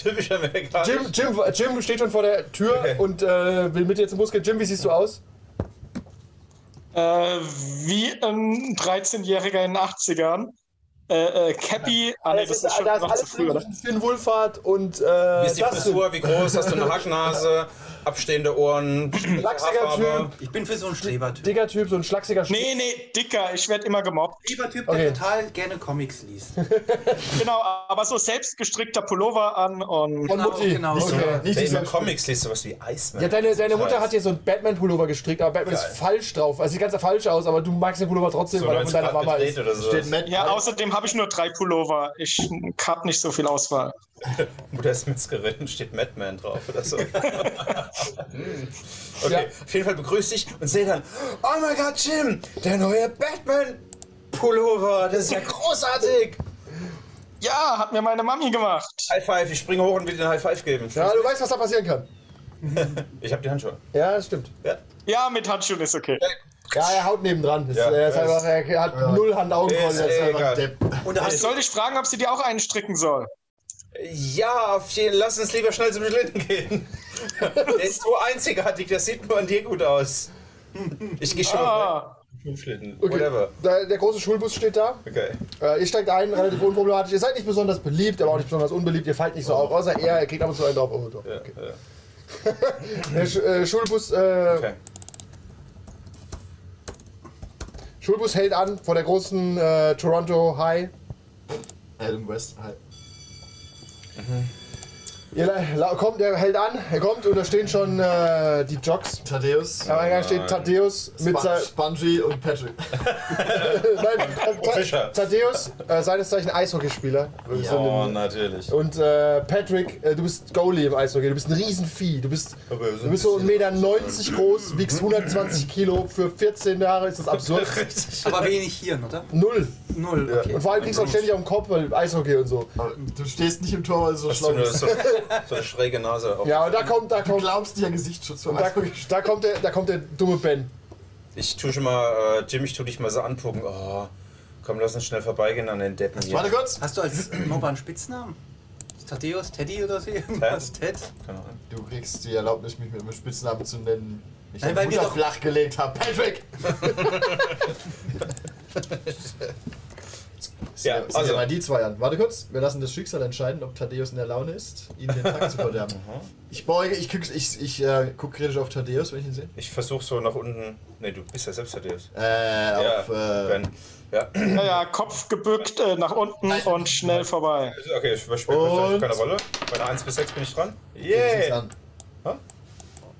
Speaker 3: Typisch amerikanisch.
Speaker 2: Jim, Jim, Jim steht schon vor der Tür
Speaker 3: Okay.
Speaker 2: und äh, will mit dir zum Bus gehen. Jim, wie siehst du aus?
Speaker 6: Äh, wie ein 13-Jähriger in den 80ern. Äh, äh, Cappy. Ah, nee, das ist schon
Speaker 2: da
Speaker 6: noch zu früh, oder?
Speaker 2: zwischen Finn Wohlfahrt und äh,
Speaker 8: Wie ist die
Speaker 2: das sind
Speaker 8: Frisur? Wie groß? Hast du eine Hacknase? Abstehende Ohren? bestimmte
Speaker 2: Lachsiger
Speaker 8: Haarfarbe?
Speaker 7: Ich bin für so einen Strebertyp.
Speaker 2: dicker Typ, so ein schlachsiger Sch-
Speaker 6: Nee, nee, dicker. Ich werde immer gemobbt.
Speaker 7: Strebertyp,
Speaker 2: Okay.
Speaker 7: der total gerne Comics liest.
Speaker 6: Genau, aber so selbstgestrickter Pullover an und.
Speaker 2: von Mutti.
Speaker 7: Genau, genau.
Speaker 2: Okay.
Speaker 4: Nicht
Speaker 3: Ey,
Speaker 4: dieser
Speaker 3: in Comics liest du was wie Iceman.
Speaker 2: Ja, deine, deine Mutter
Speaker 3: Scheiß.
Speaker 2: hat dir so einen Batman-Pullover gestrickt, aber Batman
Speaker 3: Geil.
Speaker 2: ist falsch drauf. Also sieht ganz falsch aus, aber du magst den Pullover trotzdem,
Speaker 3: so
Speaker 2: weil er
Speaker 3: 90
Speaker 2: von deiner
Speaker 3: Grad
Speaker 2: Mama
Speaker 3: gedreht
Speaker 2: ist.
Speaker 3: oder so.
Speaker 4: steht Matt
Speaker 6: Ja, außerdem habe ich nur drei Pullover. Ich habe nicht so viel Auswahl.
Speaker 3: Mutter ist Metzgerin, steht Madman drauf oder so. Hm. okay,
Speaker 2: Ja.
Speaker 3: auf jeden Fall begrüße ich und sehe dann, oh mein Gott, Jim, der neue Batman-Pullover, das ist ja großartig.
Speaker 6: Ja, hat mir meine Mami gemacht.
Speaker 3: High Five, ich springe hoch und will den High Five geben.
Speaker 2: Ja, du weißt, was da passieren kann.
Speaker 3: Ich habe die Handschuhe.
Speaker 2: Ja, das stimmt.
Speaker 3: Ja.
Speaker 6: Ja, mit Handschuhen ist okay.
Speaker 2: Ja, er haut nebendran. Das,
Speaker 3: Ja.
Speaker 2: er, ist einfach, er er hat null hand augen
Speaker 3: Ist
Speaker 2: ja,
Speaker 3: egal.
Speaker 4: Depp.
Speaker 7: Und da hast du
Speaker 6: Soll ich fragen, ob sie dir auch einen stricken soll?
Speaker 3: Ja, auf jeden lass uns lieber schnell zum Schlitten gehen. der ist so einzigartig, das sieht nur an dir gut aus. Ich gehe schon auf
Speaker 6: Ah,
Speaker 3: den Schlitten.
Speaker 2: Okay.
Speaker 3: Whatever.
Speaker 2: Da, der große Schulbus steht da.
Speaker 3: Okay.
Speaker 2: Äh, ihr steigt ein, relativ unproblematisch. Ihr seid nicht besonders beliebt, aber auch nicht besonders unbeliebt. Ihr fallt nicht so auf, außer er, er kriegt ab und zu einen drauf. Oh, doch.
Speaker 3: Ja,
Speaker 2: Okay.
Speaker 3: ja.
Speaker 2: Der Sch äh, Schulbus, äh,
Speaker 3: okay.
Speaker 2: Schulbus hält an vor der großen äh, Toronto High.
Speaker 4: Adam West halt.
Speaker 2: Ihr la- la- kommt, er hält an, er kommt und da stehen schon äh, die Jocks.
Speaker 4: Thaddeus,
Speaker 2: Am Eingang
Speaker 3: Ah.
Speaker 2: steht Thaddeus mit
Speaker 4: Sp
Speaker 2: seinem.
Speaker 4: Spongy und Patrick.
Speaker 2: Nein, Tha-
Speaker 3: Fischer.
Speaker 2: Thaddeus, äh, seines Zeichen Eishockeyspieler. Würdest du
Speaker 3: Oh,
Speaker 2: nennen.
Speaker 3: natürlich.
Speaker 2: Und äh, Patrick, äh, du bist Goalie im Eishockey, du bist ein Riesenvieh. Du bist, du bist so 1,90 Meter groß, wiegst 120 Kilo. Für 14 Jahre ist das absurd.
Speaker 3: Richtig.
Speaker 7: aber wenig Hirn, oder?
Speaker 2: Null.
Speaker 7: Null, okay.
Speaker 2: Und vor allem kriegst du auch ständig auf den Kopf, weil Eishockey und so.
Speaker 4: Aber Du stehst nicht im Tor, also weil du
Speaker 3: So
Speaker 4: so schlau
Speaker 3: eine,
Speaker 4: bist.
Speaker 3: so, so eine schräge Nase. Auch.
Speaker 2: Ja, und da kommt, da
Speaker 4: Du
Speaker 2: kommt,
Speaker 4: glaubst dir Gesichtsschutz vom
Speaker 2: da,
Speaker 4: Eishockey.
Speaker 2: da kommt der, da kommt der dumme Ben.
Speaker 3: Ich tue schon mal, äh, Jim, ich tue dich mal so anpucken. Oh, komm, lass uns schnell vorbeigehen an den Deppen hier.
Speaker 4: Warte kurz.
Speaker 7: Hast du als Mobber einen Spitznamen? Ist Thaddeus, Teddy oder so irgendwas? Ted?
Speaker 3: Keine Ahnung.
Speaker 4: Du kriegst die Erlaubnis, mich mit meinem Spitznamen zu nennen. Ich
Speaker 7: Nein,
Speaker 4: Nein,
Speaker 7: weil wir
Speaker 4: Mutter
Speaker 7: doch-
Speaker 4: flach gelegt habe. Patrick!
Speaker 3: Ja,
Speaker 4: Sind
Speaker 3: also-
Speaker 4: ja mal die zwei an. Warte kurz, wir lassen das Schicksal entscheiden, ob Thaddeus in der Laune ist, ihm den Tag zu verderben. Ich beuge, ich, guck, ich, ich äh, guck kritisch auf Thaddeus, wenn ich ihn sehe.
Speaker 3: Ich versuche so nach unten. Ne, du bist ja selbst Thaddeus.
Speaker 4: Äh,
Speaker 3: Ja,
Speaker 4: auf, äh,
Speaker 3: Ben. Ja.
Speaker 6: Naja, Kopf gebückt äh, nach unten und schnell vorbei.
Speaker 3: Okay, ich spiele
Speaker 4: Und-
Speaker 3: keine Rolle. Bei der 1 bis 6 bin ich dran.
Speaker 4: Guck ich's
Speaker 3: Yeah!
Speaker 4: an.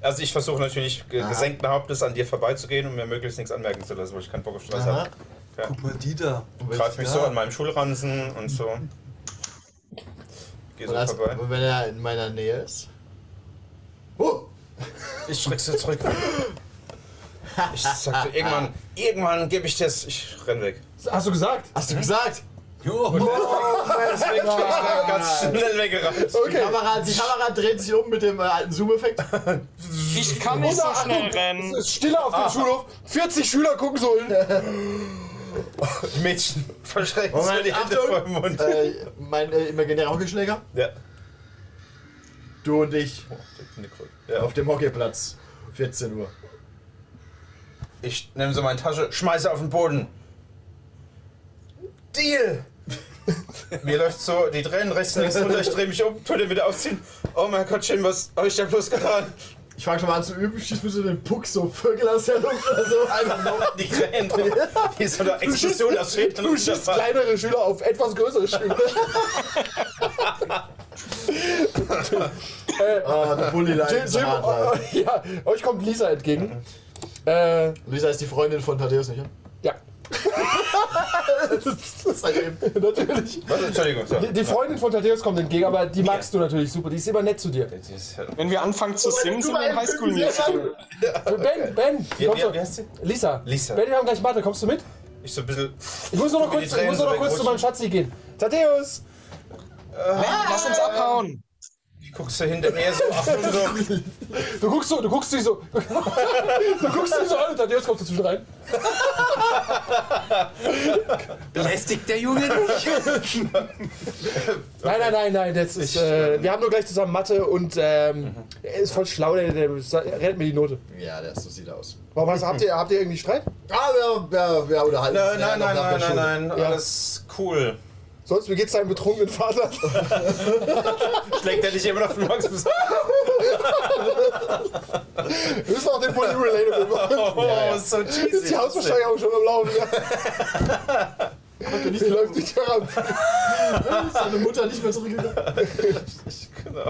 Speaker 3: Also ich versuche natürlich ge-
Speaker 4: Aha.
Speaker 3: gesenkten Hauptes an dir vorbeizugehen und mir möglichst nichts anmerken zu lassen, weil ich keinen Bock auf Stress
Speaker 4: Aha.
Speaker 3: habe. Ja.
Speaker 7: Guck mal, die da.
Speaker 3: Greif mich so an meinem Schulransen und so. Geh so
Speaker 4: Und als,
Speaker 3: vorbei.
Speaker 4: und wenn er in meiner Nähe ist. Oh!
Speaker 3: Ich schreck so zurück. Ich sagte, irgendwann, irgendwann gebe ich das. Ich renn weg.
Speaker 2: Hast du gesagt?
Speaker 4: Hast du gesagt?
Speaker 3: Deswegen bin ich dann ganz schnell weggerannt.
Speaker 4: Die Kamera, die Kamera dreht sich um mit dem äh, alten Zoom-Effekt.
Speaker 6: Ich kann nicht so schnell rennen.
Speaker 2: Es ist stiller auf dem Schulhof. 40 Schüler gucken so hin.
Speaker 3: Die Mädchen verschrecken
Speaker 4: Moment,
Speaker 3: mir die Hände
Speaker 4: Achtung.
Speaker 3: vor dem Mund. Oh,
Speaker 4: äh, mein äh, imaginärer Hockeyschläger.
Speaker 3: Ja.
Speaker 4: Du und ich
Speaker 3: Ja.
Speaker 2: äh,
Speaker 4: auf dem Hockeyplatz. 14 Uhr.
Speaker 3: Ich nehme so meine Tasche, schmeiße auf den Boden. Deal! Mir läuft so die Tränen rechts und links runter, ich drehe mich um, tu den wieder aufziehen. Oh mein Gott, Jim, was habe ich da bloß getan?
Speaker 4: Ich fange schon mal an zu üben, schieß mir so den Puck so Vögel aus der Luft oder so.
Speaker 3: Einfach nur die Tränen drin. Hier ist so eine Explosion aus Schäden
Speaker 2: Du schießt kleinere Schüler auf etwas größere Schüler.
Speaker 4: Ah, der Bulli
Speaker 2: Jim,
Speaker 4: leidet so
Speaker 2: Jim,
Speaker 4: hart,
Speaker 2: oh, oh, ja,
Speaker 4: leider.
Speaker 2: euch kommt Lisa entgegen. Äh,
Speaker 4: Lisa ist die Freundin von Thaddeus, nicht?
Speaker 2: ja,
Speaker 4: Seitdem.
Speaker 2: natürlich.
Speaker 3: Was? Entschuldigung. So.
Speaker 2: Die, die Freundin von Thaddeus kommt entgegen, aber die magst du natürlich super. Die ist immer nett zu dir.
Speaker 3: Die ist ja-
Speaker 6: Wenn wir anfangen zu singen, sind wir in highschool musical
Speaker 2: Ben, Ben,
Speaker 3: Wie,
Speaker 2: kommst
Speaker 3: wie, wie
Speaker 2: du?
Speaker 3: heißt sie?
Speaker 2: Lisa.
Speaker 3: Lisa.
Speaker 2: Ben, wir haben gleich Mathe. Kommst du mit?
Speaker 3: Ich so ein bisschen.
Speaker 2: Ich muss nur noch
Speaker 3: Wie die
Speaker 2: kurz, ich muss nur noch
Speaker 3: Tränen so
Speaker 2: kurz zu
Speaker 3: wegrutschen.
Speaker 2: meinem Schatzi gehen. Thaddeus!
Speaker 6: Lass uns abhauen.
Speaker 3: Ich guck so hinter mir so ab und so. Äh,
Speaker 2: Du guckst so, du guckst dich so. du guckst dich so an und Thaddeus kommt dazwischen rein.
Speaker 7: Belästigt der Junge dich?
Speaker 2: Nein, nein, nein, nein, das ist.
Speaker 4: ähm,
Speaker 2: Äh, wir haben nur gleich zusammen Mathe und ähm, er ist voll schlau, der, der, der rettet mir die Note.
Speaker 4: Ja, der ist, so sieht er aus.
Speaker 2: Warum was, habt, ihr, habt ihr irgendwie Streit?
Speaker 4: Ah, wir, wir, wir unterhalten
Speaker 3: Nein,
Speaker 4: ja
Speaker 3: nein,
Speaker 4: noch
Speaker 3: nein,
Speaker 4: nach der
Speaker 3: nein, nein,
Speaker 4: Schule.
Speaker 3: nein.
Speaker 2: Ja.
Speaker 3: Alles cool.
Speaker 2: Sonst, wie geht's deinem betrunkenen Vater?
Speaker 3: Schlägt er dich immer noch von Max bis.
Speaker 2: Wir müssen auch den Bulli relatable machen.
Speaker 3: Oh, ist so cheesy.
Speaker 2: Ist die Hausversteigerung schon am Laufen, ja? Hier läuft die Tür ab.
Speaker 4: Ist Seine Mutter nicht mehr zurückgegangen.
Speaker 3: Genau.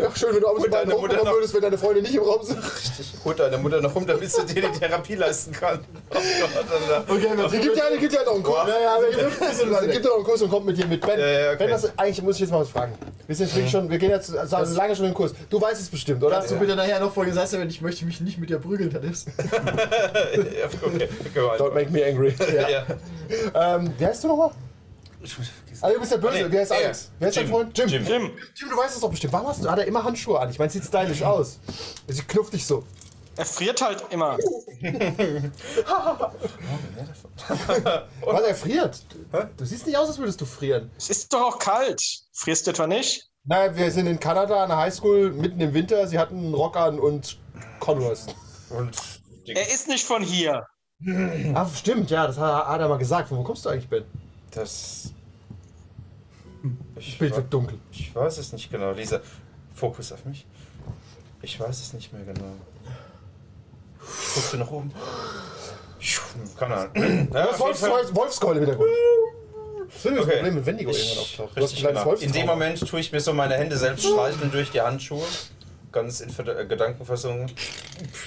Speaker 2: Ja, schön, wenn du abends
Speaker 3: Und
Speaker 2: mal
Speaker 3: deine
Speaker 2: hochkommen
Speaker 3: Mutter noch.
Speaker 2: würdest, wenn deine Freunde nicht im Raum sind.
Speaker 3: Hol deine Mutter noch um, damit sie dir die Therapie leisten kann. Oh Gott, Alter.
Speaker 4: Okay, wir
Speaker 2: Die gibt ja, die gibt ja noch einen Kuss. Ja, ja, wir gibt, die gibt ja noch einen Kuss und kommt mit dir mit. Ben,
Speaker 3: Ja, ja, okay.
Speaker 2: ben das, eigentlich muss ich jetzt mal was fragen. Wir sind jetzt wirklich schon, wir gehen jetzt also lange schon in den Kurs. Du weißt es bestimmt, oder?
Speaker 4: Hast du bitte nachher noch vorher gesagt, wenn ich möchte mich nicht mit dir prügeln, Thaddeus?
Speaker 3: Ja, okay, können wir
Speaker 2: Don't make me angry.
Speaker 3: weiter. Ja.
Speaker 2: ähm, wie heißt du nochmal?
Speaker 7: Ich muss vergessen.
Speaker 2: Also, du bist der Böse.
Speaker 3: Nee,
Speaker 2: Wer ist
Speaker 3: er.
Speaker 2: Alex? Wer ist dein
Speaker 3: Jim.
Speaker 2: Freund? Jim.
Speaker 3: Jim.
Speaker 2: Jim.
Speaker 6: Jim,
Speaker 2: du weißt es doch bestimmt. Warum hast du, hat er immer Handschuhe an? Ich meine, sieht stylisch aus. Er Sieht knuffig so.
Speaker 6: er friert halt immer.
Speaker 2: Was, er friert? Du siehst nicht aus, als würdest du frieren.
Speaker 6: Es ist doch auch kalt. Frierst du etwa nicht?
Speaker 2: Naja, wir sind in Kanada an der Highschool, mitten im Winter. Sie hatten einen Rock an und Converse.
Speaker 3: Und die,
Speaker 6: Er ist nicht von hier.
Speaker 2: Ah, stimmt, ja, das hat hat er mal gesagt. Von wo kommst du eigentlich, Ben?
Speaker 3: das. Ich,
Speaker 2: Bild wird dunkel.
Speaker 3: ich weiß es nicht genau, Lisa. Fokus auf mich. Ich weiß es nicht mehr genau. Guckst du nach oben? Keine Ahnung. Ja,
Speaker 2: Das
Speaker 3: auf jeden
Speaker 2: Wolfs,
Speaker 3: Fall-
Speaker 2: Wolfs, Wolfskeule im Hintergrund. Das ist das
Speaker 3: Okay.
Speaker 2: Problem, wenn Wendigo irgendwann
Speaker 3: Ich,
Speaker 2: auftaucht. Du hast ein
Speaker 3: richtig,
Speaker 2: kleines
Speaker 3: genau. In dem
Speaker 2: Wolfstrauma.
Speaker 3: Moment tue ich mir so meine Hände selbst streicheln durch die Handschuhe. Ganz in Verd- äh, Gedanken versunken.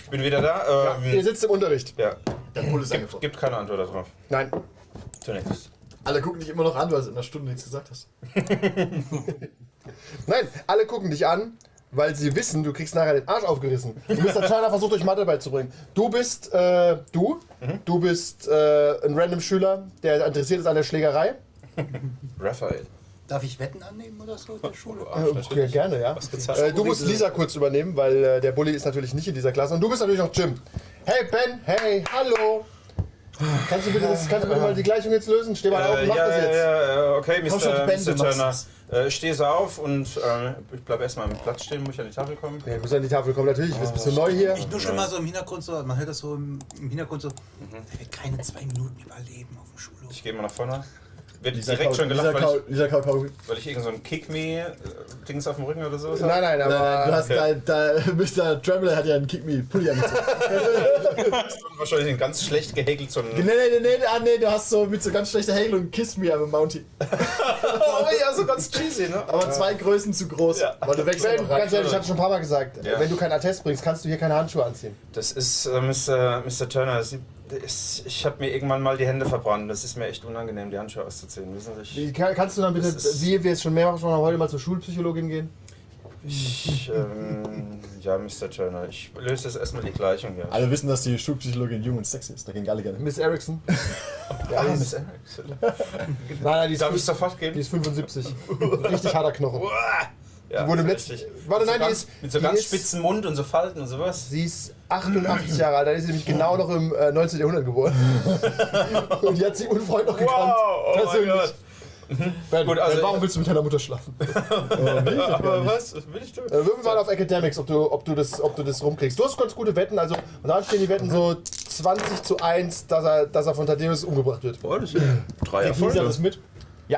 Speaker 3: Ich bin wieder da.
Speaker 2: Ihr
Speaker 3: Ähm,
Speaker 2: sitzt im Unterricht.
Speaker 3: ja,
Speaker 4: Der Bull ist angefangen.
Speaker 3: gibt keine Antwort darauf.
Speaker 2: Nein.
Speaker 3: Zunächst.
Speaker 4: Alle gucken dich immer noch an, weil du in einer Stunde nichts gesagt hast.
Speaker 2: Nein, alle gucken dich an, weil sie wissen, du kriegst nachher den Arsch aufgerissen. Du bist ein kleiner Versuch, euch Mathe beizubringen. Du bist, äh, du.
Speaker 3: Mhm.
Speaker 2: Du bist äh, ein random Schüler, der interessiert ist an der Schlägerei.
Speaker 3: Raphael.
Speaker 7: Darf ich Wetten annehmen oder so in der Schule?
Speaker 3: Du
Speaker 2: Äh,
Speaker 3: Arsch,
Speaker 2: ja,
Speaker 3: natürlich.
Speaker 2: gerne, ja.
Speaker 3: Was gezahlt?
Speaker 2: Äh, du musst Lisa kurz übernehmen, weil äh, der Bully ist natürlich nicht in dieser Klasse. Und du bist natürlich noch Jim. Hey Ben, hey, hallo. Kannst du bitte, das, kannst du bitte mal die Gleichung jetzt lösen? Steh mal auf
Speaker 3: Äh,
Speaker 2: und mach
Speaker 3: ja,
Speaker 2: das
Speaker 3: ja,
Speaker 2: jetzt.
Speaker 3: ja, okay, Mr.
Speaker 4: Komm schon, die Bände
Speaker 3: Mr. Turner.
Speaker 4: machst
Speaker 3: Äh, ich stehe so auf und äh, ich bleibe erstmal am Platz stehen, muss ich an die Tafel kommen.
Speaker 2: Ja, du musst an die Tafel kommen, natürlich. Bist, bist du neu hier?
Speaker 7: Ich nuschel mal so im Hintergrund so, man hört das so im, im Hintergrund so, er wird keine zwei Minuten überleben auf dem Schulhof.
Speaker 3: Ich gehe mal nach vorne. Wird direkt schon gelacht,
Speaker 4: Lisa
Speaker 3: weil ich,
Speaker 4: kaut, Lisa kaut Kaugummi.
Speaker 3: weil ich irgend so ein Kick-Me-Dings auf dem Rücken oder sowas hab. Äh,
Speaker 2: Nein, nein, aber.
Speaker 4: Nein, nein, du hast
Speaker 3: Okay.
Speaker 4: dein, dein, Mr. Tremble hat ja einen Kick Me Pulli angezogen.
Speaker 3: Wahrscheinlich einen ganz schlecht gehäkelt so
Speaker 4: nee,
Speaker 2: Genau.
Speaker 3: einen
Speaker 4: nee, nee, nee, ah, nee, du hast so mit so ganz schlechter Hängelung Kiss Me am Mounty.
Speaker 3: Oh ja, so ganz cheesy, ne?
Speaker 4: Aber zwei Größen zu groß.
Speaker 3: Ja.
Speaker 4: Weil du halt wächst
Speaker 2: Ben,
Speaker 4: ja noch rein.
Speaker 2: ganz ehrlich, ich hab's schon ein paar Mal gesagt.
Speaker 3: Ja.
Speaker 2: Wenn du keinen Attest bringst, kannst du hier keine Handschuhe anziehen.
Speaker 3: Das ist äh, Mr. Mr. Turner. Sie, ist, ich habe mir irgendwann mal die Hände verbrannt. Das ist mir echt unangenehm, die Handschuhe auszuziehen. Wissen Sie, ich,
Speaker 2: Wie- kann- Kannst du dann bitte,
Speaker 3: Das ist-
Speaker 2: wie wir es schon mehrfach schon haben, heute mal zur Schulpsychologin gehen?
Speaker 3: ich ähm, ja, Mr. Turner, ich löse jetzt erstmal die Gleichung hier.
Speaker 4: Alle wissen, dass die Schulpsychologin jung und sexy ist. Da gehen alle gerne.
Speaker 2: Miss Erickson?
Speaker 3: Ah, Miss Erickson.
Speaker 2: Nein, nein, die ist,
Speaker 3: Darf ich
Speaker 2: fünf-
Speaker 3: sofort
Speaker 2: die
Speaker 3: gehen?
Speaker 2: ist 75. Richtig harter Knochen.
Speaker 3: Uah! Ja,
Speaker 2: Wurde im
Speaker 3: richtig.
Speaker 2: letzten- warte, nein,
Speaker 3: so
Speaker 2: die
Speaker 3: ganz,
Speaker 2: ist-
Speaker 3: Mit so
Speaker 2: die
Speaker 3: ganz
Speaker 2: ist-
Speaker 3: spitzen Mund und so Falten und sowas.
Speaker 2: Sie ist 88 Jahre alt, dann ist sie nämlich genau noch im äh, 19. Jahrhundert geboren. Und die hat sie ihren Freund noch gekannt.
Speaker 3: Wow, oh mein oh Gott.
Speaker 2: Ben,
Speaker 3: Gut, also-
Speaker 2: ben, warum willst du mit deiner Mutter schlafen?
Speaker 3: Aber was? Will ich
Speaker 2: Äh, Würfel mal auf Academics, ob du, ob, du das, ob du das rumkriegst. Du hast ganz gute Wetten, also und da stehen die
Speaker 3: Mhm.
Speaker 2: Wetten so 20 zu 1, dass er, dass er von Thaddeus umgebracht wird.
Speaker 8: Drei
Speaker 2: Lisa
Speaker 8: Erfolge.
Speaker 2: das mit? Ja.